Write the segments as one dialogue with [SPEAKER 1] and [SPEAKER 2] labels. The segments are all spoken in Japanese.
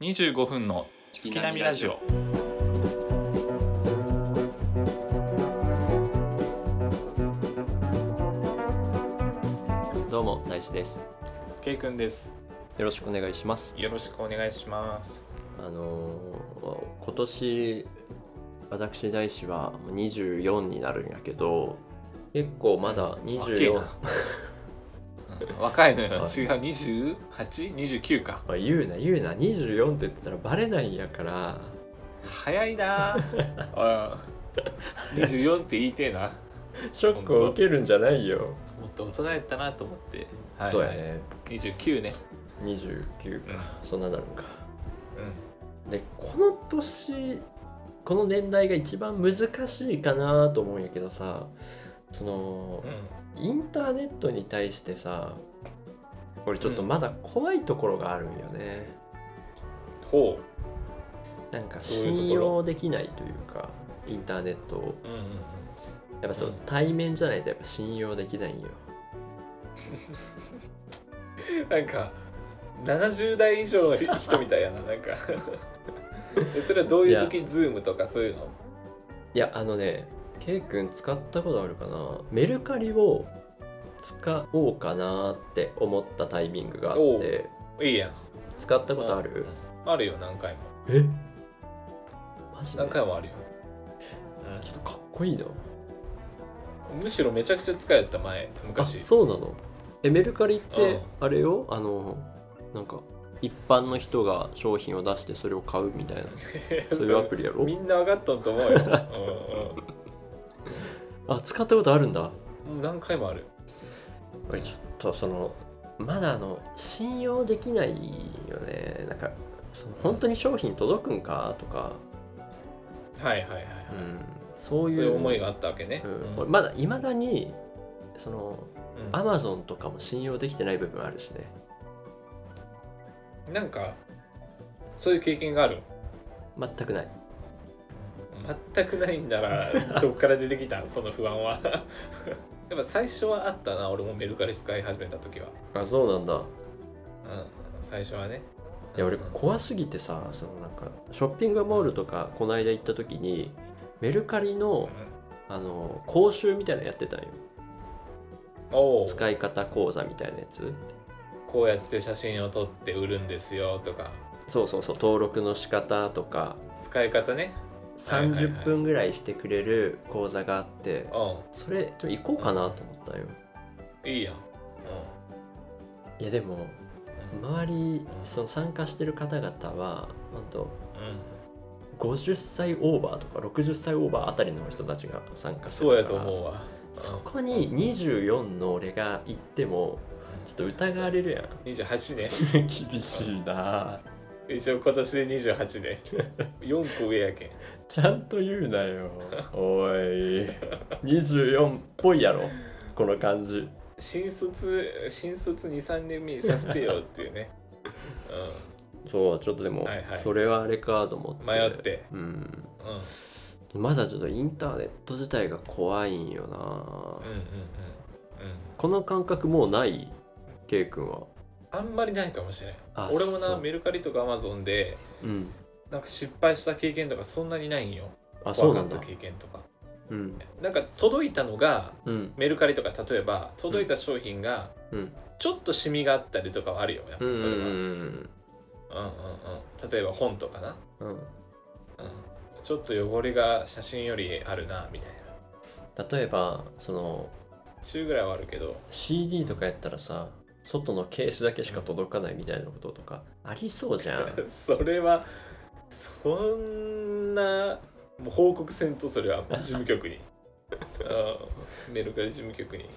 [SPEAKER 1] 25分の月並みラジオ。
[SPEAKER 2] どうも大志です
[SPEAKER 1] けいくんです。
[SPEAKER 2] よろしくお願いします
[SPEAKER 1] よろしくお願いします。
[SPEAKER 2] あのー今年私大志は24になるんやけど結構まだ24
[SPEAKER 1] 若若いのよ。違う、
[SPEAKER 2] はい
[SPEAKER 1] 28、29か。
[SPEAKER 2] まあ言うな言うな24って言ってたらバレないんやから
[SPEAKER 1] 早い なあ。うん24って言いてえな。
[SPEAKER 2] ショックを受けるんじゃないよ、
[SPEAKER 1] もっと大人やったなと思って。はい、
[SPEAKER 2] そうや。ね
[SPEAKER 1] 29ね。
[SPEAKER 2] 29
[SPEAKER 1] うん
[SPEAKER 2] か、そんななるんか
[SPEAKER 1] う
[SPEAKER 2] でこの年この年代が一番難しいかなと思うんやけどさその
[SPEAKER 1] ん。うん。
[SPEAKER 2] インターネットに対してさこれちょっとまだ怖いところがあるんよね、
[SPEAKER 1] ほ
[SPEAKER 2] なんか
[SPEAKER 1] どういうところ
[SPEAKER 2] 信用できないというかインターネットを
[SPEAKER 1] う。うんうんうん。
[SPEAKER 2] やっぱそううん対面じゃないとやっぱ信用できないんよ
[SPEAKER 1] なんか70代以上の人みたいやな なんかえそれはどういう時ズームとかそういうの
[SPEAKER 2] いやあのね K 君使ったことあるかなメルカリを使おうかなって思ったタイミングがあ
[SPEAKER 1] お
[SPEAKER 2] っ
[SPEAKER 1] う
[SPEAKER 2] て
[SPEAKER 1] いいやん
[SPEAKER 2] 使ったことある
[SPEAKER 1] あるよ何回も
[SPEAKER 2] えマジで
[SPEAKER 1] 何回もあるよ、
[SPEAKER 2] ちょっとかっこいいな
[SPEAKER 1] うんむしろめちゃくちゃ使えた前昔
[SPEAKER 2] あそうなのえメルカリっ
[SPEAKER 1] うん
[SPEAKER 2] てあれよ、あのなんか一般の人が商品を出してそれを買うみたいなそういうアプリや ろ
[SPEAKER 1] みんな上がっとんと思うよ、
[SPEAKER 2] あ使ったことあるんだ
[SPEAKER 1] うんうん、もう何回もある
[SPEAKER 2] 俺ちょっとそのまだあの信用できないよねなんかその本当に商品届くんかとか、
[SPEAKER 1] はいはいはい、
[SPEAKER 2] うん、そういう
[SPEAKER 1] そういう思いがあったわけね、
[SPEAKER 2] う
[SPEAKER 1] うん
[SPEAKER 2] ん、俺まだいまだにその
[SPEAKER 1] うん
[SPEAKER 2] アマゾンとかも信用できてない部分あるしね
[SPEAKER 1] なんかそういう経験がある
[SPEAKER 2] 全くない
[SPEAKER 1] 全くないんならどっから出てきたそ の不安はでも最初はあったな俺もメルカリ使い始めた時は、
[SPEAKER 2] あそうなんだ
[SPEAKER 1] うん、最初はね
[SPEAKER 2] いや俺
[SPEAKER 1] うん
[SPEAKER 2] 怖すぎてさそのなんかショッピングモールとかこの間行った時にメルカリのあの講習みたいなのやってたんよ
[SPEAKER 1] おお
[SPEAKER 2] 使い方講座みたいなやつ
[SPEAKER 1] こうやって写真を撮って売るんですよとか
[SPEAKER 2] そうそうそう登録の仕方とか
[SPEAKER 1] 使い方ねはいはいはい
[SPEAKER 2] 30分ぐらいしてくれる講座があって
[SPEAKER 1] う
[SPEAKER 2] それちょっと行こうかなと思ったんよ
[SPEAKER 1] んいいやん、
[SPEAKER 2] いやでも
[SPEAKER 1] うん
[SPEAKER 2] 周りその参加してる方々は本当
[SPEAKER 1] うん
[SPEAKER 2] 50歳オーバーとか60歳オーバーあたりの人たちが参加して
[SPEAKER 1] そう
[SPEAKER 2] る
[SPEAKER 1] や
[SPEAKER 2] から
[SPEAKER 1] と思うわ
[SPEAKER 2] そこに24の俺が行ってもちょっと疑われるやん
[SPEAKER 1] 28年
[SPEAKER 2] 厳しいな
[SPEAKER 1] 一応今年で28年4個上やけん
[SPEAKER 2] ちゃんと言うなよおい24っぽいやろこの感じ
[SPEAKER 1] 新卒新卒23年目にさせてよっていうね、
[SPEAKER 2] そうちょっとでも、
[SPEAKER 1] はいはい
[SPEAKER 2] それはあれかと思っ
[SPEAKER 1] う
[SPEAKER 2] て
[SPEAKER 1] ん、迷って
[SPEAKER 2] うん
[SPEAKER 1] うん
[SPEAKER 2] まだちょっとインターネット自体が怖いんよな、
[SPEAKER 1] うんうんうんうん
[SPEAKER 2] この感覚もうない K 君は
[SPEAKER 1] あんまりないかもしれん
[SPEAKER 2] あ
[SPEAKER 1] 俺も
[SPEAKER 2] そ
[SPEAKER 1] な
[SPEAKER 2] う
[SPEAKER 1] メルカリとかアマゾンで
[SPEAKER 2] うん
[SPEAKER 1] なんか失敗した経験とかそんなにないんよ
[SPEAKER 2] あそうな
[SPEAKER 1] わ
[SPEAKER 2] ん
[SPEAKER 1] かっ
[SPEAKER 2] だ
[SPEAKER 1] た経験とか
[SPEAKER 2] うん
[SPEAKER 1] なんか届いたのが
[SPEAKER 2] うん
[SPEAKER 1] メルカリとか例えば届いた商品が
[SPEAKER 2] うん
[SPEAKER 1] ちょっとシミがあったりとかはあるよやっぱ
[SPEAKER 2] うんうん
[SPEAKER 1] それは、うんうん
[SPEAKER 2] うん
[SPEAKER 1] うん、例えば本とかな、
[SPEAKER 2] うん
[SPEAKER 1] うん、ちょっと汚れが写真よりあるなみたいな
[SPEAKER 2] 例えばその
[SPEAKER 1] 中ぐらいはあるけど
[SPEAKER 2] CD とかやったらさ外のケースだけしか届かないみたいなこととかありそうじゃ ん
[SPEAKER 1] それはそんなもう報告せんとそれはもう事務局にうんメルカリ事務局に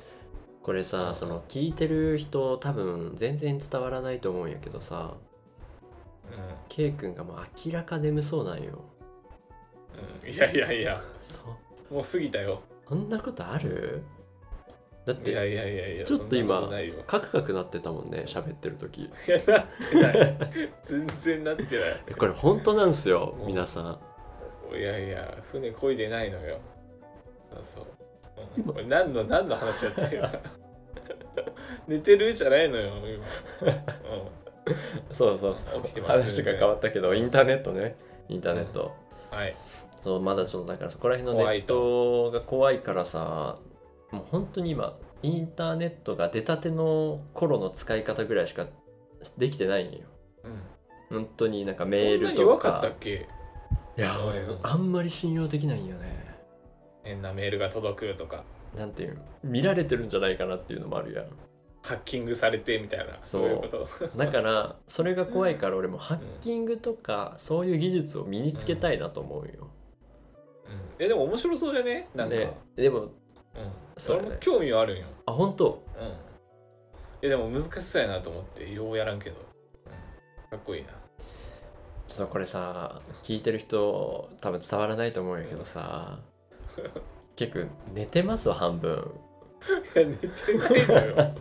[SPEAKER 2] これさその聞いてる人多分全然伝わらないと思うんやけどさ
[SPEAKER 1] う
[SPEAKER 2] K 君がもう明らか眠そうなんよ
[SPEAKER 1] んうんいやいやいや
[SPEAKER 2] そ
[SPEAKER 1] もう過ぎたよ
[SPEAKER 2] そんなことあるだっ
[SPEAKER 1] いや
[SPEAKER 2] て
[SPEAKER 1] いやいやいや
[SPEAKER 2] ちょっ
[SPEAKER 1] そ
[SPEAKER 2] と
[SPEAKER 1] んなこ
[SPEAKER 2] 今
[SPEAKER 1] ないよ
[SPEAKER 2] カクカクなってたもんね喋ってる時
[SPEAKER 1] いやなってない全然なって
[SPEAKER 2] えこれ本当なんすよ
[SPEAKER 1] うん
[SPEAKER 2] 皆さん
[SPEAKER 1] ないいやいや船漕いでないのよあそう、うん
[SPEAKER 2] 今
[SPEAKER 1] これ何の何の 話やってるよ寝てるじゃないのよ今、
[SPEAKER 2] そうそうそう
[SPEAKER 1] 起きてますね
[SPEAKER 2] 話が変わったけどインターネットねインターネット、
[SPEAKER 1] はい
[SPEAKER 2] そうまだちょっとだからそこら辺のネ
[SPEAKER 1] 怖
[SPEAKER 2] ッ
[SPEAKER 1] い
[SPEAKER 2] トが怖いからさもう本当に今インターネットが出たての頃の使い方ぐらいしかできてないんよ
[SPEAKER 1] うん
[SPEAKER 2] 本当になんかメ
[SPEAKER 1] そ
[SPEAKER 2] ール
[SPEAKER 1] んなに
[SPEAKER 2] と
[SPEAKER 1] 弱か
[SPEAKER 2] か
[SPEAKER 1] ったっけ
[SPEAKER 2] いや
[SPEAKER 1] おいおい
[SPEAKER 2] あんまり信用できないんよね
[SPEAKER 1] 変なメールが届くとか
[SPEAKER 2] なんていう見られてるんじゃないかなっていうのもあるやん
[SPEAKER 1] ハッキングされてみたいな
[SPEAKER 2] そう
[SPEAKER 1] そういうこと
[SPEAKER 2] だからそれが怖いから俺もハッキングとかそういう技術を身につけたいなと思うよ。
[SPEAKER 1] うんえでも面白そうじゃねなんか、
[SPEAKER 2] ででも
[SPEAKER 1] うん、
[SPEAKER 2] そ
[SPEAKER 1] そうれ
[SPEAKER 2] だね
[SPEAKER 1] も興味はあるんよ、
[SPEAKER 2] あ本当
[SPEAKER 1] うん、いやでも難しそうやなと思ってようやらんけど、うん、かっこいいな
[SPEAKER 2] ちょっとこれさ聞いてる人多分伝わらないと思うんやけ どさ結構寝てますわ半分。
[SPEAKER 1] いや寝てないのよ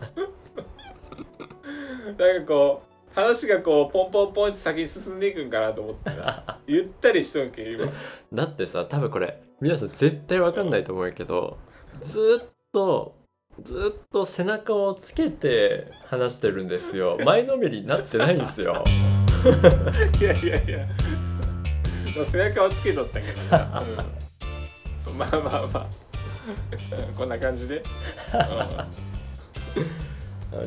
[SPEAKER 1] なんかこう話がこうポンポンポンって先に進んでいくんかなと思ったらゆったりしとんけ今
[SPEAKER 2] だってさ多分これ皆さん絶対わかんないと思うんやけどずーっとずーっと背中をつけて話してるんです よ前のめりになってないんですよ。
[SPEAKER 1] いやいやいやまあ背中はつけとったけどな、うん、まあまあまあうんこんな感じで、う
[SPEAKER 2] あ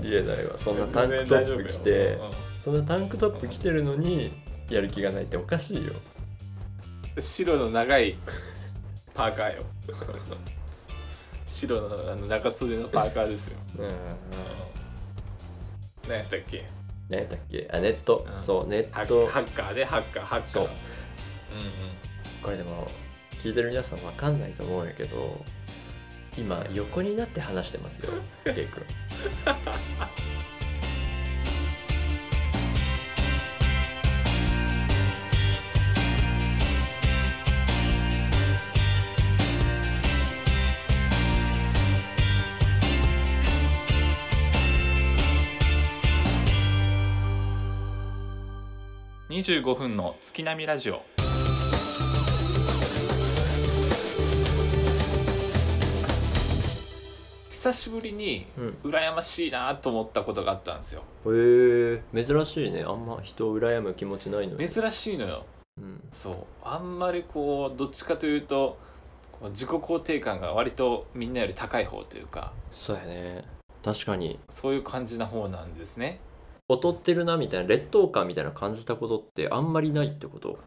[SPEAKER 2] りえないわそん
[SPEAKER 1] ん
[SPEAKER 2] なタンクトップ着て
[SPEAKER 1] うん
[SPEAKER 2] そんなタンクトップ着てるのにやる気がないっておかしいよ
[SPEAKER 1] 白の長いパーカーよ白のあの長袖のパーカーですよ、うん、何やったっけ
[SPEAKER 2] 何やったっけあネット
[SPEAKER 1] うん
[SPEAKER 2] そうネ
[SPEAKER 1] ハ
[SPEAKER 2] ッ
[SPEAKER 1] ッ
[SPEAKER 2] ト
[SPEAKER 1] ハッカーでハッカーハッカー
[SPEAKER 2] そう
[SPEAKER 1] うんうん
[SPEAKER 2] これでも聞いてる皆さんわかんないと思うんやけど今横になって話してますよケイ君
[SPEAKER 1] 25分の月並みラジオ久しぶりに
[SPEAKER 2] うん
[SPEAKER 1] 羨ましいなと思ったことがあったんですよ
[SPEAKER 2] へえ珍しいねあんま人を羨む気持ちないのに、
[SPEAKER 1] 珍しいのよ
[SPEAKER 2] うん、
[SPEAKER 1] そうあんまりこうどっちかというとこう自己肯定感が割とみんなより高い方というか
[SPEAKER 2] そうやね確かに
[SPEAKER 1] そういう感じな方なんですね
[SPEAKER 2] 劣ってるなみたいな劣等感みたいな感じたことってあんまりないってこと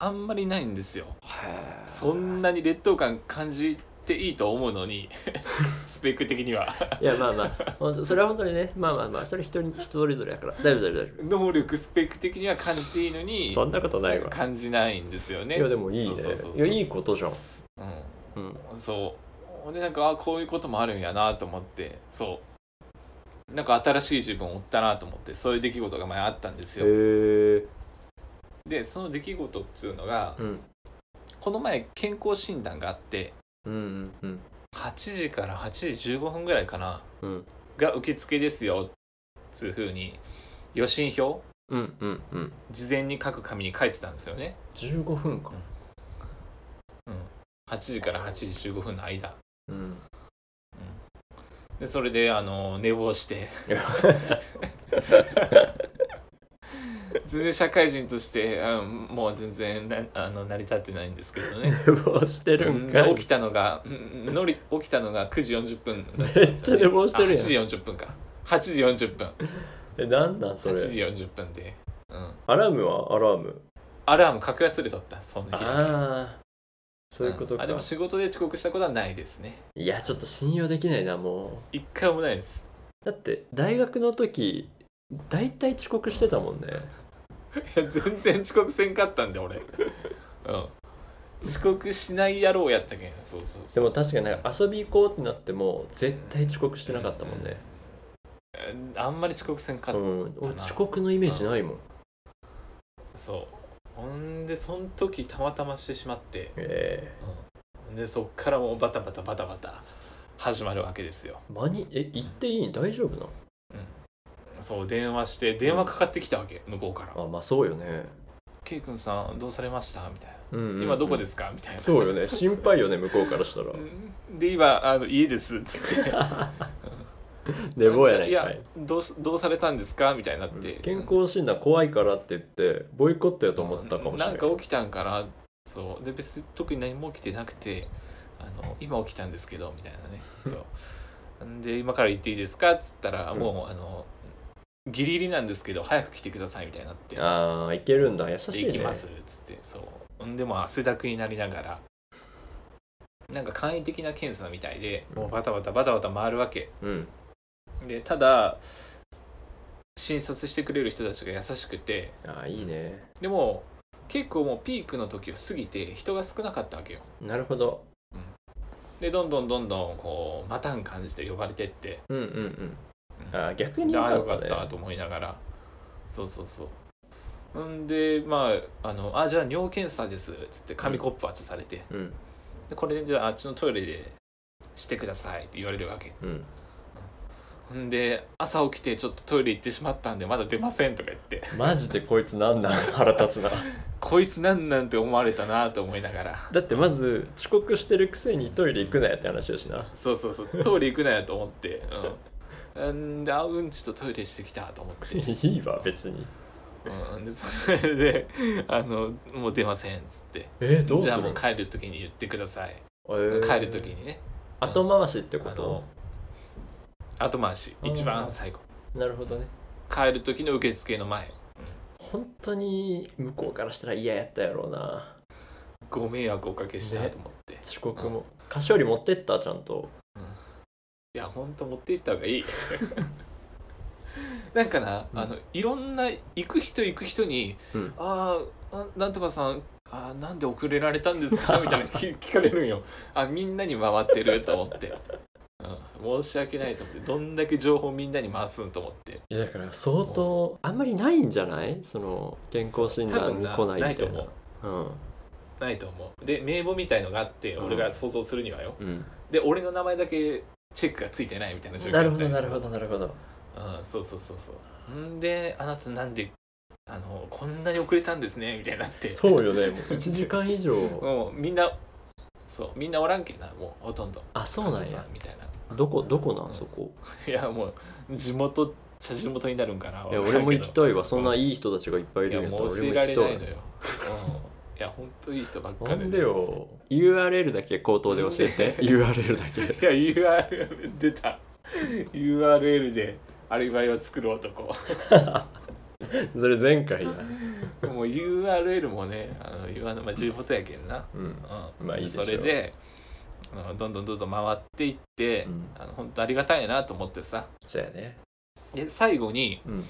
[SPEAKER 1] あんまりないんですよ
[SPEAKER 2] へえ
[SPEAKER 1] そんなに劣等感感じていいと思うの にスペック的にはい
[SPEAKER 2] やまあまあ本当それは本当にねまあまあまあそれ人に人それぞれやから大丈夫大丈夫大丈
[SPEAKER 1] 能力スペック的には感じていいのに
[SPEAKER 2] 夫そんなことないわ
[SPEAKER 1] 感じないんですよね
[SPEAKER 2] いやでもいいね
[SPEAKER 1] そうそうそう
[SPEAKER 2] いやいいことじゃん
[SPEAKER 1] う
[SPEAKER 2] うん
[SPEAKER 1] んそうほんでなんかあこういうこともあるんやなと思ってそうなんか新しい自分を追ったなと思ってそういう出来事が前あったんです
[SPEAKER 2] へえ
[SPEAKER 1] よでその出来事っつうのが
[SPEAKER 2] うん
[SPEAKER 1] この前健康診断があって
[SPEAKER 2] うんうんうん
[SPEAKER 1] 8時から8時15分ぐらいかな
[SPEAKER 2] うん
[SPEAKER 1] が受付ですよっつうふうに予診票
[SPEAKER 2] うんうんうん
[SPEAKER 1] 事前に書く紙に書いてたんですよね、
[SPEAKER 2] 15分か
[SPEAKER 1] うん、8時から8時15分の間
[SPEAKER 2] うん
[SPEAKER 1] でそれであの寝坊して 全然社会人として、うん、もう全然なあの成り立ってないんですけどね
[SPEAKER 2] 寝坊してるんか
[SPEAKER 1] うん
[SPEAKER 2] い
[SPEAKER 1] 起きたのがうんのり起きたのが9時40分だったん
[SPEAKER 2] めっ
[SPEAKER 1] で
[SPEAKER 2] ち
[SPEAKER 1] す
[SPEAKER 2] ゃ
[SPEAKER 1] よね
[SPEAKER 2] 寝坊してる
[SPEAKER 1] あ
[SPEAKER 2] やん
[SPEAKER 1] 8時40分か8時40分
[SPEAKER 2] えなんなんそ
[SPEAKER 1] 8時
[SPEAKER 2] れ
[SPEAKER 1] 40分で、うん、
[SPEAKER 2] アラームはアラーム
[SPEAKER 1] アラーム格安で取ったその日だけ
[SPEAKER 2] ああそういうこと
[SPEAKER 1] んあ
[SPEAKER 2] か
[SPEAKER 1] でも仕事で遅刻したことはないですね
[SPEAKER 2] いやちょっと信用できないなも
[SPEAKER 1] 一回もないです
[SPEAKER 2] うだって大学の時大体遅刻してたもんね
[SPEAKER 1] いや 全然遅刻せんかったんで俺、うん、遅刻しない野郎やったけんそうそう
[SPEAKER 2] で
[SPEAKER 1] そう
[SPEAKER 2] も確かになんか遊び行こうってなっても絶対遅刻してなかったもんね
[SPEAKER 1] えーあんまり遅刻せんか
[SPEAKER 2] う
[SPEAKER 1] った、
[SPEAKER 2] ん俺遅刻のイメージないもん
[SPEAKER 1] そうほんでその時たまたましてしまって、
[SPEAKER 2] え
[SPEAKER 1] うん、でそっからもうバタバタバタバタ始まるわけですよ、
[SPEAKER 2] え間にえ行っていいん大丈夫な
[SPEAKER 1] うん、そう電話して電話かかってきたわけ向こうから
[SPEAKER 2] のあまあそうよね、
[SPEAKER 1] 「ケイ君さんどうされました?」みたいな
[SPEAKER 2] うんうん
[SPEAKER 1] 「
[SPEAKER 2] うん
[SPEAKER 1] 今どこですか?」みたいな
[SPEAKER 2] そうよね心配よね向こうからしたら
[SPEAKER 1] で今あの家ですっつって
[SPEAKER 2] 寝坊やない
[SPEAKER 1] いや
[SPEAKER 2] かい
[SPEAKER 1] どうしどうされたんですかみたいになって
[SPEAKER 2] 健康診断怖いからって言ってボイコットやと思ったかもしれない
[SPEAKER 1] んか起きたんかなそうで別に特に何も起きてなくてあの今起きたんですけどみたいな ねそうんで今から行っていいですかっつったら、
[SPEAKER 2] うん
[SPEAKER 1] もうあのギリギリなんですけど早く来てくださいみたいになって
[SPEAKER 2] ああいけるんだ優しい、ね、
[SPEAKER 1] で行きますっつってそうでも汗だくになりながらなんか簡易的な検査みたいでもうバタバタバタバタ回るわけ
[SPEAKER 2] うん
[SPEAKER 1] でただ診察してくれる人たちが優しくて
[SPEAKER 2] ああいいね
[SPEAKER 1] でも結構もうピークの時を過ぎて人が少なかったわけよ
[SPEAKER 2] なるほど
[SPEAKER 1] でどんどんどんどんこうまたん感じで呼ばれてって
[SPEAKER 2] うんうんうんああ逆に
[SPEAKER 1] で
[SPEAKER 2] よ
[SPEAKER 1] ああ
[SPEAKER 2] か
[SPEAKER 1] よ
[SPEAKER 2] っ
[SPEAKER 1] か
[SPEAKER 2] た
[SPEAKER 1] っ
[SPEAKER 2] ね
[SPEAKER 1] たと思いながらそうそうそうんでまああのあじゃあ尿検査ですっつって紙コップ渡されて、
[SPEAKER 2] うん
[SPEAKER 1] でこれであっちのトイレでしてくださいって言われるわけ
[SPEAKER 2] うん
[SPEAKER 1] ほんで朝起きてちょっとトイレ行ってしまったんでまだ出ませんとか言って
[SPEAKER 2] マジでこいつなんだ腹立つな
[SPEAKER 1] こいつなんなんて思われたなと思いながら
[SPEAKER 2] だってまず遅刻してるくせにトイレ行くなやって話をしな
[SPEAKER 1] そうそうそうトイレ行くなよと思ってうんんであうんちとトイレしてきたと思って、
[SPEAKER 2] いいわ別に
[SPEAKER 1] うん、でそれであのもう出ませんっつって
[SPEAKER 2] えどうす
[SPEAKER 1] じゃあ
[SPEAKER 2] る
[SPEAKER 1] もう
[SPEAKER 2] の
[SPEAKER 1] 帰る時に言ってください
[SPEAKER 2] えー
[SPEAKER 1] 帰る時にね
[SPEAKER 2] 後回しってこ
[SPEAKER 1] あ
[SPEAKER 2] と
[SPEAKER 1] の後回し一番最後
[SPEAKER 2] なるほどね
[SPEAKER 1] 帰る時の受付の前
[SPEAKER 2] 本当に向こうからしたら嫌やったやろうな
[SPEAKER 1] ご迷惑おかけしたと思って、
[SPEAKER 2] 遅刻も菓子折り持ってったちゃんと
[SPEAKER 1] いやほんと持って行った方がいい なんかな、
[SPEAKER 2] うん
[SPEAKER 1] あのいろんな行く人行く人に「
[SPEAKER 2] うん
[SPEAKER 1] あーあなんとかさんあーなんで遅れられたんですか?」みたいな聞 聞かれるんよあみんなに回ってると思って、うん、申し訳ないと思ってどんだけ情報みんなに回すんと思って
[SPEAKER 2] いやだから相当あんまりないんじゃないその健康診
[SPEAKER 1] 多
[SPEAKER 2] 断
[SPEAKER 1] 分
[SPEAKER 2] に
[SPEAKER 1] な
[SPEAKER 2] 来ない
[SPEAKER 1] な
[SPEAKER 2] み
[SPEAKER 1] い
[SPEAKER 2] た
[SPEAKER 1] と
[SPEAKER 2] いな
[SPEAKER 1] 思う
[SPEAKER 2] うん
[SPEAKER 1] ないと思うで名簿みたいのがあって
[SPEAKER 2] うん
[SPEAKER 1] 俺が想像するにはよ、
[SPEAKER 2] うん
[SPEAKER 1] で俺の名前だけチェックがついてないみたいな状況
[SPEAKER 2] な
[SPEAKER 1] だ
[SPEAKER 2] るほ
[SPEAKER 1] ったよ
[SPEAKER 2] どなるほどなるほど
[SPEAKER 1] うん、そうそうそうそう。んで、あなたなんで、あの、こんなに遅れたんですね、みたいになって。
[SPEAKER 2] そうよねもう1時間以上
[SPEAKER 1] もうみんな、そう、みんなおらんけんな、もうほとんど。
[SPEAKER 2] あそうなん
[SPEAKER 1] 患者
[SPEAKER 2] や
[SPEAKER 1] さんみたいな。
[SPEAKER 2] どこどこなんそこ
[SPEAKER 1] いや、もう、地元、茶地元になるんかな。
[SPEAKER 2] いや俺も行き
[SPEAKER 1] い
[SPEAKER 2] たいわそんないい人たちがいっぱいい
[SPEAKER 1] けど。
[SPEAKER 2] る
[SPEAKER 1] い
[SPEAKER 2] ん
[SPEAKER 1] や、
[SPEAKER 2] や
[SPEAKER 1] もう
[SPEAKER 2] った
[SPEAKER 1] 教え
[SPEAKER 2] ら
[SPEAKER 1] ら
[SPEAKER 2] 俺
[SPEAKER 1] れ
[SPEAKER 2] も
[SPEAKER 1] ないの
[SPEAKER 2] 行きたい
[SPEAKER 1] よ。うん、いや、ほんといい人ばっか
[SPEAKER 2] な
[SPEAKER 1] り
[SPEAKER 2] んで。よ URL だけ口頭で教えて URL だけ
[SPEAKER 1] いや、URL 出た。URL で。アリバイを作る男も
[SPEAKER 2] それ前回や
[SPEAKER 1] う URL もねあの言わなまあ地元やけんな
[SPEAKER 2] うん
[SPEAKER 1] うん
[SPEAKER 2] まあいいでしょう
[SPEAKER 1] それで、うんどんどんどんどん回っていって、
[SPEAKER 2] うん
[SPEAKER 1] あの本当ありがたいなと思ってさ
[SPEAKER 2] そうやね
[SPEAKER 1] で最後に
[SPEAKER 2] うん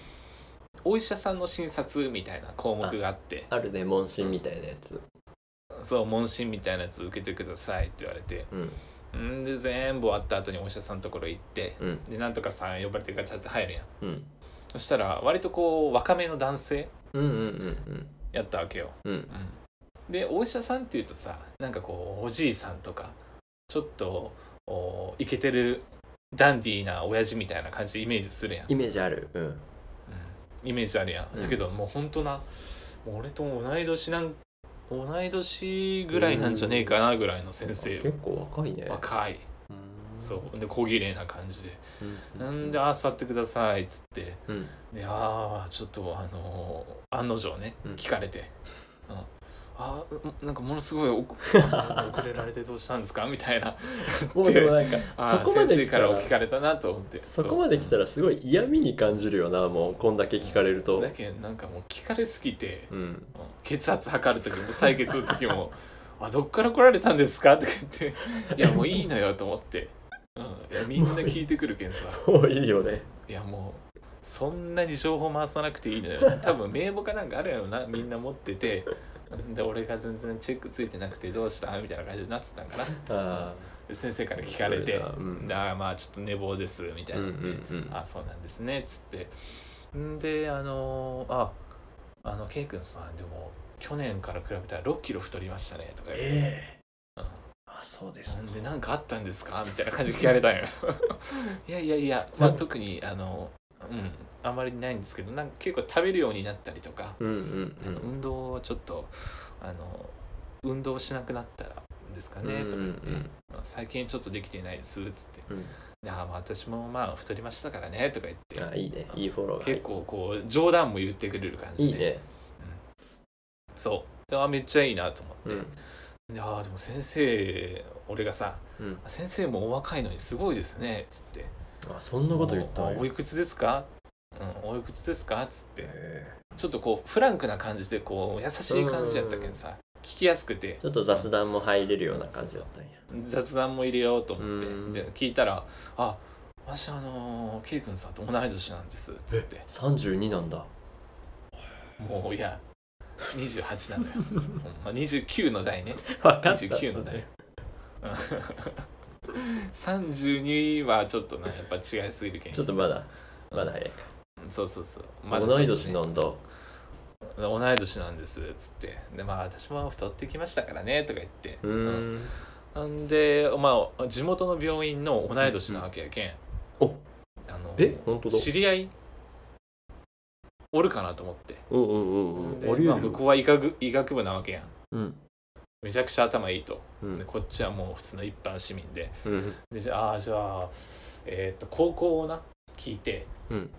[SPEAKER 1] お医者さんの診察みたいな項目があって
[SPEAKER 2] あるね問診みたいなやつ
[SPEAKER 1] そう問診みたいなやつ受けてくださいって言われて
[SPEAKER 2] うん
[SPEAKER 1] んで全部終わった後にお医者さんのところ行って
[SPEAKER 2] うん
[SPEAKER 1] でなんとかさん呼ばれてガチャって入るやん
[SPEAKER 2] うん
[SPEAKER 1] そしたら割とこう若めの男性
[SPEAKER 2] うんうんうん
[SPEAKER 1] やったわけよ、
[SPEAKER 2] うんうん
[SPEAKER 1] でお医者さんっていうとさなんかこうおじいさんとかちょっとおイケてるダンディーな親父みたいな感じでイメージするやん、
[SPEAKER 2] イメージあるうん
[SPEAKER 1] イメージあるやん、
[SPEAKER 2] うん
[SPEAKER 1] だけどもうほんとなもう俺と同い年なん同い年ぐらいなんじゃねえかなぐらいの先生
[SPEAKER 2] 結構若いね
[SPEAKER 1] 若い
[SPEAKER 2] うん
[SPEAKER 1] そうで小綺麗な感じで「
[SPEAKER 2] う
[SPEAKER 1] なんであさってください」っつって
[SPEAKER 2] うん
[SPEAKER 1] でああちょっとあのー案の定ね
[SPEAKER 2] うん
[SPEAKER 1] 聞かれて「うんあーなんかものすごいお あの遅れられてどうしたんですか?」みたいな
[SPEAKER 2] もうでもなんか
[SPEAKER 1] あ
[SPEAKER 2] そ
[SPEAKER 1] ー
[SPEAKER 2] こまで
[SPEAKER 1] 先生
[SPEAKER 2] 来た
[SPEAKER 1] から
[SPEAKER 2] ら
[SPEAKER 1] お聞かれたなと思って
[SPEAKER 2] そこまで来た
[SPEAKER 1] ら
[SPEAKER 2] らすごい嫌味に感じるよなもうこんだけ聞かれると
[SPEAKER 1] だけどなんかもう聞かれすぎて、
[SPEAKER 2] うん
[SPEAKER 1] うん血圧測る時も採血の時も 「あどっから来られたんですか?」とか言って「いやもういいのよ」と思って、うん、いやみんな聞いてくるけんさ
[SPEAKER 2] もういいよね
[SPEAKER 1] いやもうそんなに情報回さなくていいのよ多分名簿かなんかあるやろなみんな持っててで俺が全然チェックついてなくてどうしたみたいな感じになってたんかな
[SPEAKER 2] あ
[SPEAKER 1] で先生から聞かれて
[SPEAKER 2] そうだう
[SPEAKER 1] 「
[SPEAKER 2] ん
[SPEAKER 1] であーまあちょっと寝坊です」みた
[SPEAKER 2] あ
[SPEAKER 1] い
[SPEAKER 2] うん
[SPEAKER 1] に
[SPEAKER 2] う
[SPEAKER 1] なって。
[SPEAKER 2] んうん
[SPEAKER 1] あそうなんですねっつってんであのーああのケイ君さんでも去年から比べたら6キロ太りましたねとか言って、
[SPEAKER 2] ええ
[SPEAKER 1] うん
[SPEAKER 2] あそうで
[SPEAKER 1] なんで何かあったんですかみたいな感じで聞かれたんよ いやいやいや、まあ、特にあのうんあんまりないんですけどなんか結構食べるようになったりとか、
[SPEAKER 2] うんうんう
[SPEAKER 1] あの
[SPEAKER 2] ん
[SPEAKER 1] 運動をちょっとあの運動しなくなったんですかねとか言って、
[SPEAKER 2] うんうんうん
[SPEAKER 1] まあ最近ちょっとできてないですっつって
[SPEAKER 2] うん
[SPEAKER 1] あまあ私もまあ太りましたからねとか言って
[SPEAKER 2] あいいねいいフォローが
[SPEAKER 1] 結構こう冗談も言ってくれる感じ
[SPEAKER 2] い
[SPEAKER 1] で
[SPEAKER 2] いね
[SPEAKER 1] そうあめっちゃいいなと思
[SPEAKER 2] う
[SPEAKER 1] って、
[SPEAKER 2] ん
[SPEAKER 1] であーでも先生俺がさ
[SPEAKER 2] うん
[SPEAKER 1] 先生もお若いのにすごいですねつって
[SPEAKER 2] あそんなこと言ったの
[SPEAKER 1] おおいくつですか、うん、おいくつですかつって
[SPEAKER 2] へえ
[SPEAKER 1] ちょっとこうフランクな感じでこう優しい感じやったけんさ聞きやすくて
[SPEAKER 2] ちょっと雑談も入れるような感じだったんや
[SPEAKER 1] 雑談も入れようと思って
[SPEAKER 2] うん
[SPEAKER 1] で聞いたら「あ私あのケイ君さんと同い年なんです」つって
[SPEAKER 2] 32なんだ
[SPEAKER 1] もういや28なのよ ほんま29の代ね
[SPEAKER 2] 分かった
[SPEAKER 1] 29の代うん 32はちょっとなやっぱ違いすぎるけん
[SPEAKER 2] ちょっとまだまだ早いか、
[SPEAKER 1] そうそうそう、
[SPEAKER 2] 同い年な
[SPEAKER 1] の
[SPEAKER 2] んだ
[SPEAKER 1] 同い年なんですつってでまあ私も太ってきましたからねとか言って
[SPEAKER 2] うーん
[SPEAKER 1] んで、まあ、地元の病院の同い年なわけやけん、
[SPEAKER 2] うんお
[SPEAKER 1] あの
[SPEAKER 2] え本当だ
[SPEAKER 1] 知り合いおるかなと思って、
[SPEAKER 2] うんうんうんうん
[SPEAKER 1] でまあ、向こうは医学医学部なわけやん
[SPEAKER 2] うん
[SPEAKER 1] めちゃくちゃ頭いいと、
[SPEAKER 2] う
[SPEAKER 1] で
[SPEAKER 2] ん
[SPEAKER 1] こっちはもう普通の一般市民で
[SPEAKER 2] うん
[SPEAKER 1] でじゃああーじゃあ、えー、と高校をな聞いて
[SPEAKER 2] うん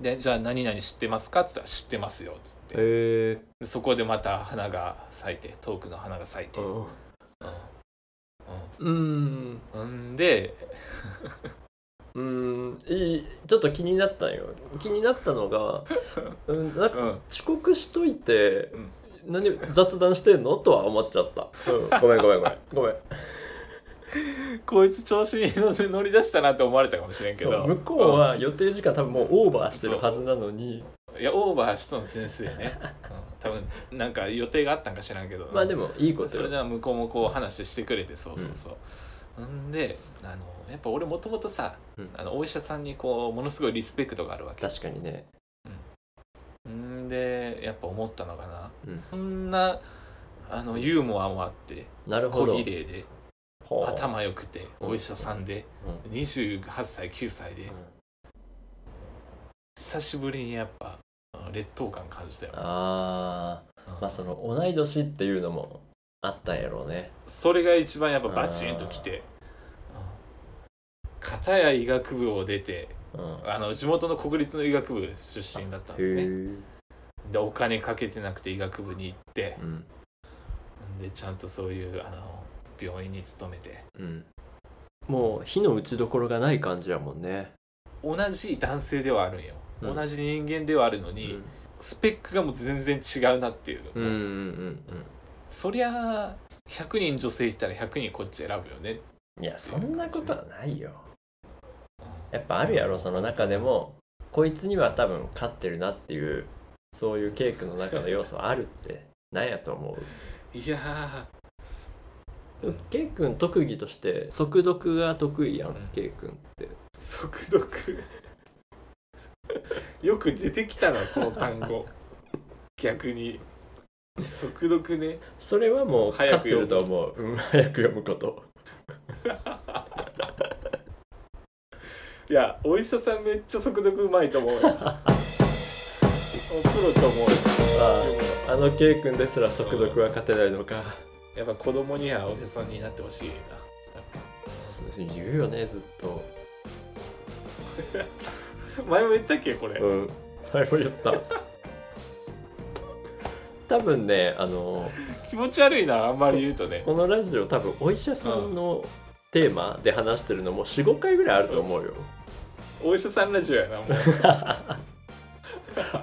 [SPEAKER 1] でじゃあ何々知ってますかっつったら知ってますよっつって、
[SPEAKER 2] え
[SPEAKER 1] でそこでまた花が咲いてトークの花が咲いて、うん
[SPEAKER 2] ーうん
[SPEAKER 1] うん、んで
[SPEAKER 2] うんいいちょっと気になったよ気になった のが、うん、なんか
[SPEAKER 1] うん
[SPEAKER 2] 遅刻しといて
[SPEAKER 1] うん、
[SPEAKER 2] 何雑談してんのとは思っちゃった、うん、ごめんごめんごめ んごめん
[SPEAKER 1] こいつ調子に乗乗り出したなって思われたかもしれんけ
[SPEAKER 2] そ
[SPEAKER 1] ど
[SPEAKER 2] う向こうは予定時間多分もうオーバーしてるはずなのに
[SPEAKER 1] いやオーバーしとん先生ね、うん、多分なんか予定があったんか知らんけど
[SPEAKER 2] まあでもいいこ
[SPEAKER 1] そ
[SPEAKER 2] と
[SPEAKER 1] れで
[SPEAKER 2] よ
[SPEAKER 1] は向こうもこう話してくれてそうそうそう、ん、であのやっぱ俺もともとさ、
[SPEAKER 2] うん
[SPEAKER 1] あのお医者さんにこうものすごいリスペクトがあるわけ
[SPEAKER 2] 確かにね
[SPEAKER 1] んでやっぱ思ったのかな、
[SPEAKER 2] うん
[SPEAKER 1] こんなあのユーモアもあって
[SPEAKER 2] なるほ
[SPEAKER 1] 小
[SPEAKER 2] ど
[SPEAKER 1] 綺麗で
[SPEAKER 2] ほう
[SPEAKER 1] 頭良くてお医者さんで、
[SPEAKER 2] う
[SPEAKER 1] 28歳9歳で、
[SPEAKER 2] うん
[SPEAKER 1] 久しぶりにやっぱあ劣等感感じたよ、
[SPEAKER 2] あー
[SPEAKER 1] うん
[SPEAKER 2] まあその同い年っていうのもあったんやろうね
[SPEAKER 1] それが一番やっぱバチンときてうん片や医学部を出て
[SPEAKER 2] うん
[SPEAKER 1] あの地元の国立の医学部出身だったんですね
[SPEAKER 2] ー
[SPEAKER 1] でお金かけてなくて医学部に行って
[SPEAKER 2] うん
[SPEAKER 1] でちゃんとそういうあの病院に勤めて
[SPEAKER 2] うんもう火の打ちどころがない感じやもんね
[SPEAKER 1] 同じ男性ではあるんよ、
[SPEAKER 2] うん
[SPEAKER 1] 同じ人間ではあるのに、スペックがもう全然違うなっていう、
[SPEAKER 2] うんうんうん
[SPEAKER 1] そりゃあ100人女性いったら100人こっち選ぶよね、
[SPEAKER 2] うんいやそんなことはないよやっぱあるやろその中でもこいつには多分勝ってるなっていうそういうケイ君の中の要素はあるってなんやと思
[SPEAKER 1] うんいや
[SPEAKER 2] うケイ君特技として速読が得意や
[SPEAKER 1] う
[SPEAKER 2] ん、
[SPEAKER 1] ん
[SPEAKER 2] ケイ君って
[SPEAKER 1] ー速読よく出てきたなその単語逆に速読ね
[SPEAKER 2] それはもう勝
[SPEAKER 1] 早
[SPEAKER 2] っ
[SPEAKER 1] く
[SPEAKER 2] てる
[SPEAKER 1] 読む
[SPEAKER 2] と思う、うん、早く読むこと
[SPEAKER 1] いやお医者さんめっちゃ速読うまいと思うよもうプロと思うよ
[SPEAKER 2] ああのケイ君ですら速読は勝てないのか
[SPEAKER 1] やっぱ子供にはお医者さんになってほしいな
[SPEAKER 2] そう言うよねずっと
[SPEAKER 1] 前も言ったっけこれ、
[SPEAKER 2] うん前も言った多分ねあの
[SPEAKER 1] 気持ち悪いなあんまり言うとね
[SPEAKER 2] このラジオ多分お医者さんのテーマで話してるのも45回ぐらいあると思うよ
[SPEAKER 1] お医者さんラジオや なも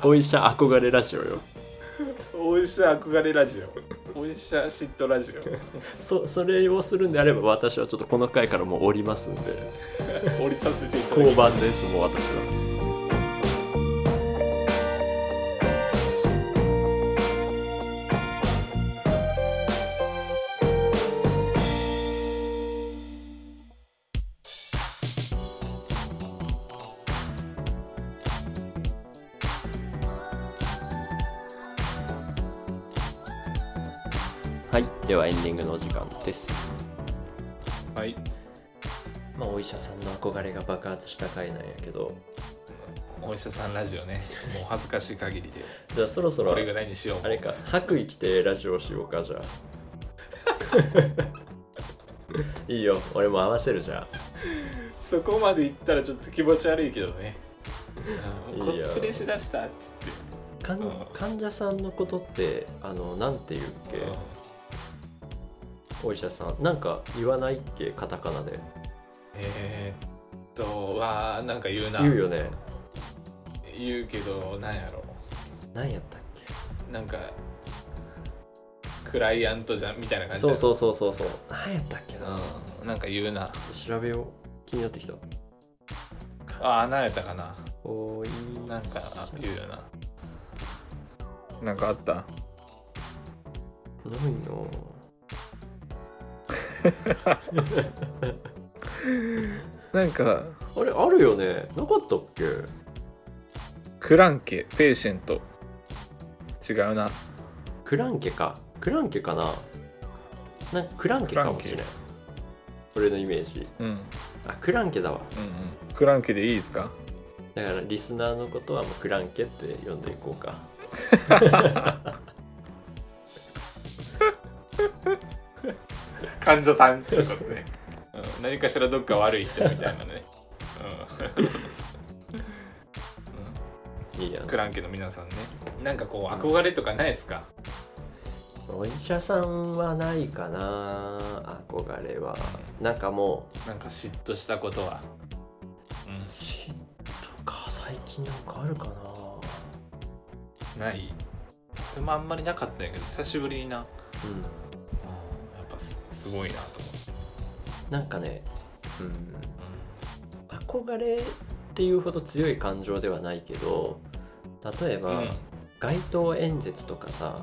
[SPEAKER 2] お医者憧れラジオよ
[SPEAKER 1] うお医者憧れラジオお医者嫉妬ラジ
[SPEAKER 2] そそれをするんであれば私はちょっとこの回からもう降りますんで
[SPEAKER 1] オ降りさせていただき
[SPEAKER 2] 交番ですもう私は。はい、ではエンディングのお時間です。
[SPEAKER 1] はい
[SPEAKER 2] まあ、お医者さんの憧れが爆発した回なんやけど、
[SPEAKER 1] お医者さんラジオねもう恥ずかしい限りで
[SPEAKER 2] じゃあそろそろ
[SPEAKER 1] これぐらいにしよう
[SPEAKER 2] あれか白衣着てラジオしようかじゃあ いいよ俺も合わせるじゃあ
[SPEAKER 1] そそこまで行ったらちょっと気持ち悪いけどねうん
[SPEAKER 2] いや
[SPEAKER 1] コスプレしだしたっつって
[SPEAKER 2] かん
[SPEAKER 1] うん
[SPEAKER 2] 患者さんのことってあのなんて言うっけお医者さんなんか言わないっけカタカナで
[SPEAKER 1] えー、っとわあなんか言うな
[SPEAKER 2] 言うよね
[SPEAKER 1] 言うけどなんやろ
[SPEAKER 2] 何やったっけ
[SPEAKER 1] なんかクライアントじゃんみたいな感じ
[SPEAKER 2] そう
[SPEAKER 1] う、
[SPEAKER 2] そうそうそうそう何やったっけな、
[SPEAKER 1] うん、なんか言うな
[SPEAKER 2] 調べよう気になってきた
[SPEAKER 1] ああ何やったかな
[SPEAKER 2] おい
[SPEAKER 1] なんか言うよななんかあった
[SPEAKER 2] ないの
[SPEAKER 1] なんか
[SPEAKER 2] あれあるよねなかったっけ
[SPEAKER 1] クランケペーシェント違うな
[SPEAKER 2] クランケかクランケかななんかクランケかもし
[SPEAKER 1] ク
[SPEAKER 2] れな
[SPEAKER 1] ラ
[SPEAKER 2] い俺のイメージ
[SPEAKER 1] うんうんうん
[SPEAKER 2] あクランケだわ
[SPEAKER 1] クランケでいいですか
[SPEAKER 2] だからリスナーのことはもうクランケって呼んでいこうか
[SPEAKER 1] 患者さんってことね、うん、何かしらどっか悪い人みたいなね、うんうん
[SPEAKER 2] いいやん
[SPEAKER 1] クランケの皆さんねなんかこう憧れとかないですか、
[SPEAKER 2] お医者さんはないかな憧れはなんかも
[SPEAKER 1] なんか嫉妬したことは、
[SPEAKER 2] う嫉妬か最近なんかあるかな
[SPEAKER 1] うん、ないでもあんまりなかったんやけど久しぶりにな、
[SPEAKER 2] うん
[SPEAKER 1] うん、やっぱすすごいなと思って、
[SPEAKER 2] なんかね、うん、憧れっていうほど強い感情ではないけど例えば、
[SPEAKER 1] うん
[SPEAKER 2] 街頭演説とかさ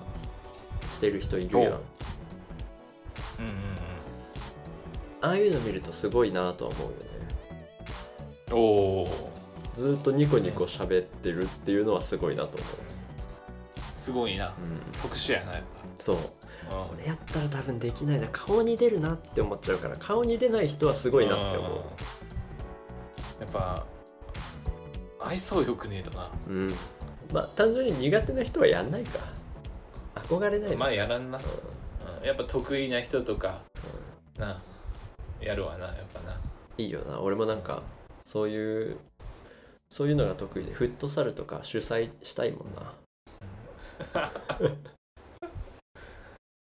[SPEAKER 2] してる人いるやん
[SPEAKER 1] おうんうん
[SPEAKER 2] ああいうの見るとすごいなとは思うよね
[SPEAKER 1] うんおお
[SPEAKER 2] ずーっとニコニコ喋ってるっていうのはすごいなと思
[SPEAKER 1] すごいな
[SPEAKER 2] う、うん、
[SPEAKER 1] 特殊やなやっ
[SPEAKER 2] そう
[SPEAKER 1] ぱ、うん
[SPEAKER 2] 俺やったら多分できないな顔に出るなって思っちゃうから顔に出ない人はすごいなって思
[SPEAKER 1] うんやっぱ愛想よくねえとな
[SPEAKER 2] ううんまあ単純に苦手な人はやんないか憧れないな、
[SPEAKER 1] まあやらんな、
[SPEAKER 2] うん
[SPEAKER 1] うんやっぱ得意な人とかなやるわなやっぱない
[SPEAKER 2] いよな俺もなんかそういうそういうのが得意でフットサルとか主催したいもんな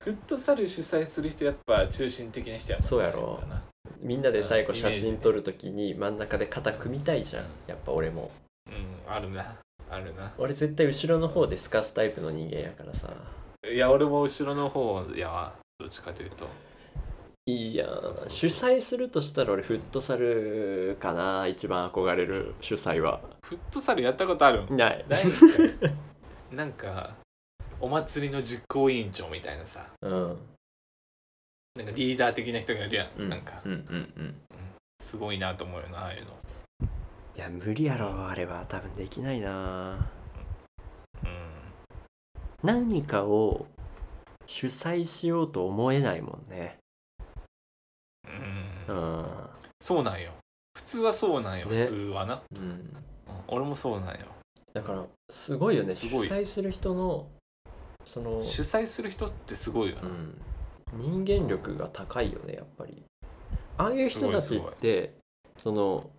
[SPEAKER 1] フットサル主催する人やっぱ中心的な人やもんな
[SPEAKER 2] そうやろ
[SPEAKER 1] っぱな
[SPEAKER 2] みんなで最後
[SPEAKER 1] うんイメー
[SPEAKER 2] 写
[SPEAKER 1] ジ
[SPEAKER 2] 真撮るときに真ん中で肩組みたいじゃん
[SPEAKER 1] うん
[SPEAKER 2] やっぱ俺も
[SPEAKER 1] うんあるなあるな
[SPEAKER 2] 俺絶対後ろの方で透かすタイプの人間やからさ
[SPEAKER 1] いや俺も後ろの方やわどっちかというと
[SPEAKER 2] いいやん
[SPEAKER 1] そうそうそう
[SPEAKER 2] 主催するとしたら俺フットサルかな一番憧れる主催は
[SPEAKER 1] フットサルやったことあ るん
[SPEAKER 2] ない
[SPEAKER 1] ないんかいなんかお祭りの実行委員長みたいなさ
[SPEAKER 2] うん
[SPEAKER 1] なんかリーダー的な人がいるやん、
[SPEAKER 2] うん
[SPEAKER 1] なんか
[SPEAKER 2] うんうんうん
[SPEAKER 1] すごいなと思うよなああいうの
[SPEAKER 2] いや無理やろあれは多分できないな
[SPEAKER 1] うん
[SPEAKER 2] 何かを主催しようと思えないもんね。
[SPEAKER 1] うん
[SPEAKER 2] うん。
[SPEAKER 1] そうなんよ普通はそうなんよ
[SPEAKER 2] ね
[SPEAKER 1] 普通はな、
[SPEAKER 2] うん、
[SPEAKER 1] うん俺もそうなんよ
[SPEAKER 2] だからすごいよね
[SPEAKER 1] すごい
[SPEAKER 2] 主催する人のその、
[SPEAKER 1] 主催する人ってすごいよな、
[SPEAKER 2] うん、人間力が高いよねやっぱり。ああいう人た
[SPEAKER 1] す
[SPEAKER 2] ち
[SPEAKER 1] ごいすごい
[SPEAKER 2] ってその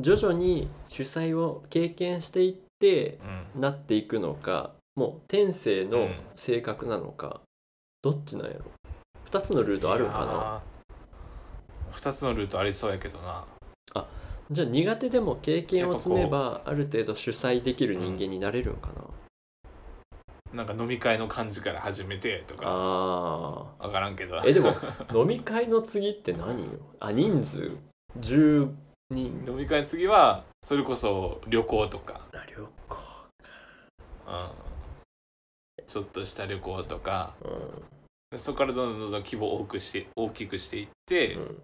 [SPEAKER 2] 徐々に主催を経験していって
[SPEAKER 1] うん
[SPEAKER 2] なっていくのかもう天性
[SPEAKER 1] う
[SPEAKER 2] の
[SPEAKER 1] ん
[SPEAKER 2] 性格なのか、どっちなんやろ2つのルートあるんかな
[SPEAKER 1] 2つのルートありそうやけどな
[SPEAKER 2] じゃあ苦手でも経験を積めばある程度主催できる人間になれるんかな、
[SPEAKER 1] なんか飲み会の感じから始めてとか
[SPEAKER 2] あ
[SPEAKER 1] 分からんけど
[SPEAKER 2] あえ でも飲み会の次って何よあ人数10人
[SPEAKER 1] 飲み会の次はそれこそ旅行とか、
[SPEAKER 2] あ旅行
[SPEAKER 1] うん、ちょっとした旅行とか
[SPEAKER 2] うん
[SPEAKER 1] でそこからどんどんどんどん規模を大くして大きくしていって、
[SPEAKER 2] うん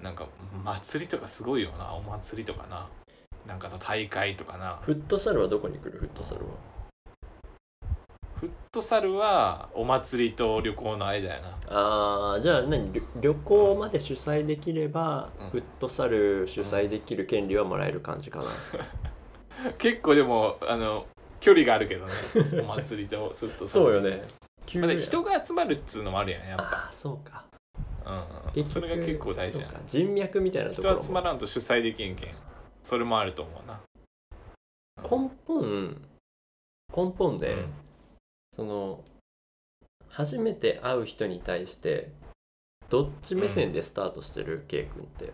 [SPEAKER 1] なんか祭りとかすごいよなお祭りとかななんかの大会とかな
[SPEAKER 2] フットサルはどこに来るフットサルは
[SPEAKER 1] フットサルはお祭りと旅行の間やな
[SPEAKER 2] あーじゃあ何旅旅行まで主催できれば、
[SPEAKER 1] うん
[SPEAKER 2] フットサル主催できる権利はもらえる感じかな、
[SPEAKER 1] 結構でもあの距離があるけ どねお祭りとフットサル
[SPEAKER 2] そうよね急
[SPEAKER 1] まあで人が集まるっつうのもあるやんやっぱ
[SPEAKER 2] ああそうか
[SPEAKER 1] うんうん、それが結構大事や
[SPEAKER 2] そ
[SPEAKER 1] な
[SPEAKER 2] うか人脈みたいなところ
[SPEAKER 1] 人
[SPEAKER 2] も
[SPEAKER 1] 集まらんと主催できんけんそれもあると思うな
[SPEAKER 2] 根本根本で、
[SPEAKER 1] うん
[SPEAKER 2] その初めて会う人に対してどっち目線でスタートしてる、ケイ君って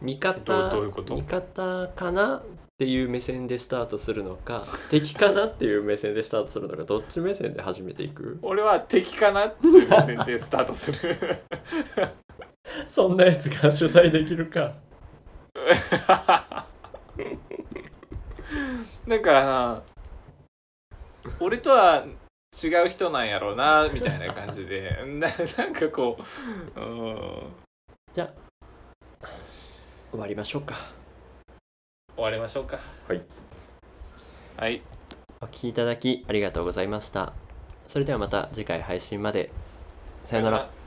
[SPEAKER 2] 味
[SPEAKER 1] どう
[SPEAKER 2] 方
[SPEAKER 1] どういうこと
[SPEAKER 2] 味方かなっていう目線でスタートするのか敵かなっていう目線でスタートするのかどっち目線で始めていく
[SPEAKER 1] 俺は敵かなっていう目線でスタートする
[SPEAKER 2] そんなやつが主催できるか
[SPEAKER 1] なんかな俺とは違う人なんやろうなみたいな感じで ななんかこううん
[SPEAKER 2] じゃあ終わりましょうか
[SPEAKER 1] 終わりましょうか
[SPEAKER 2] はい
[SPEAKER 1] はい
[SPEAKER 2] お聞きいただきありがとうございましたそれではまた次回配信までさよなら
[SPEAKER 1] ら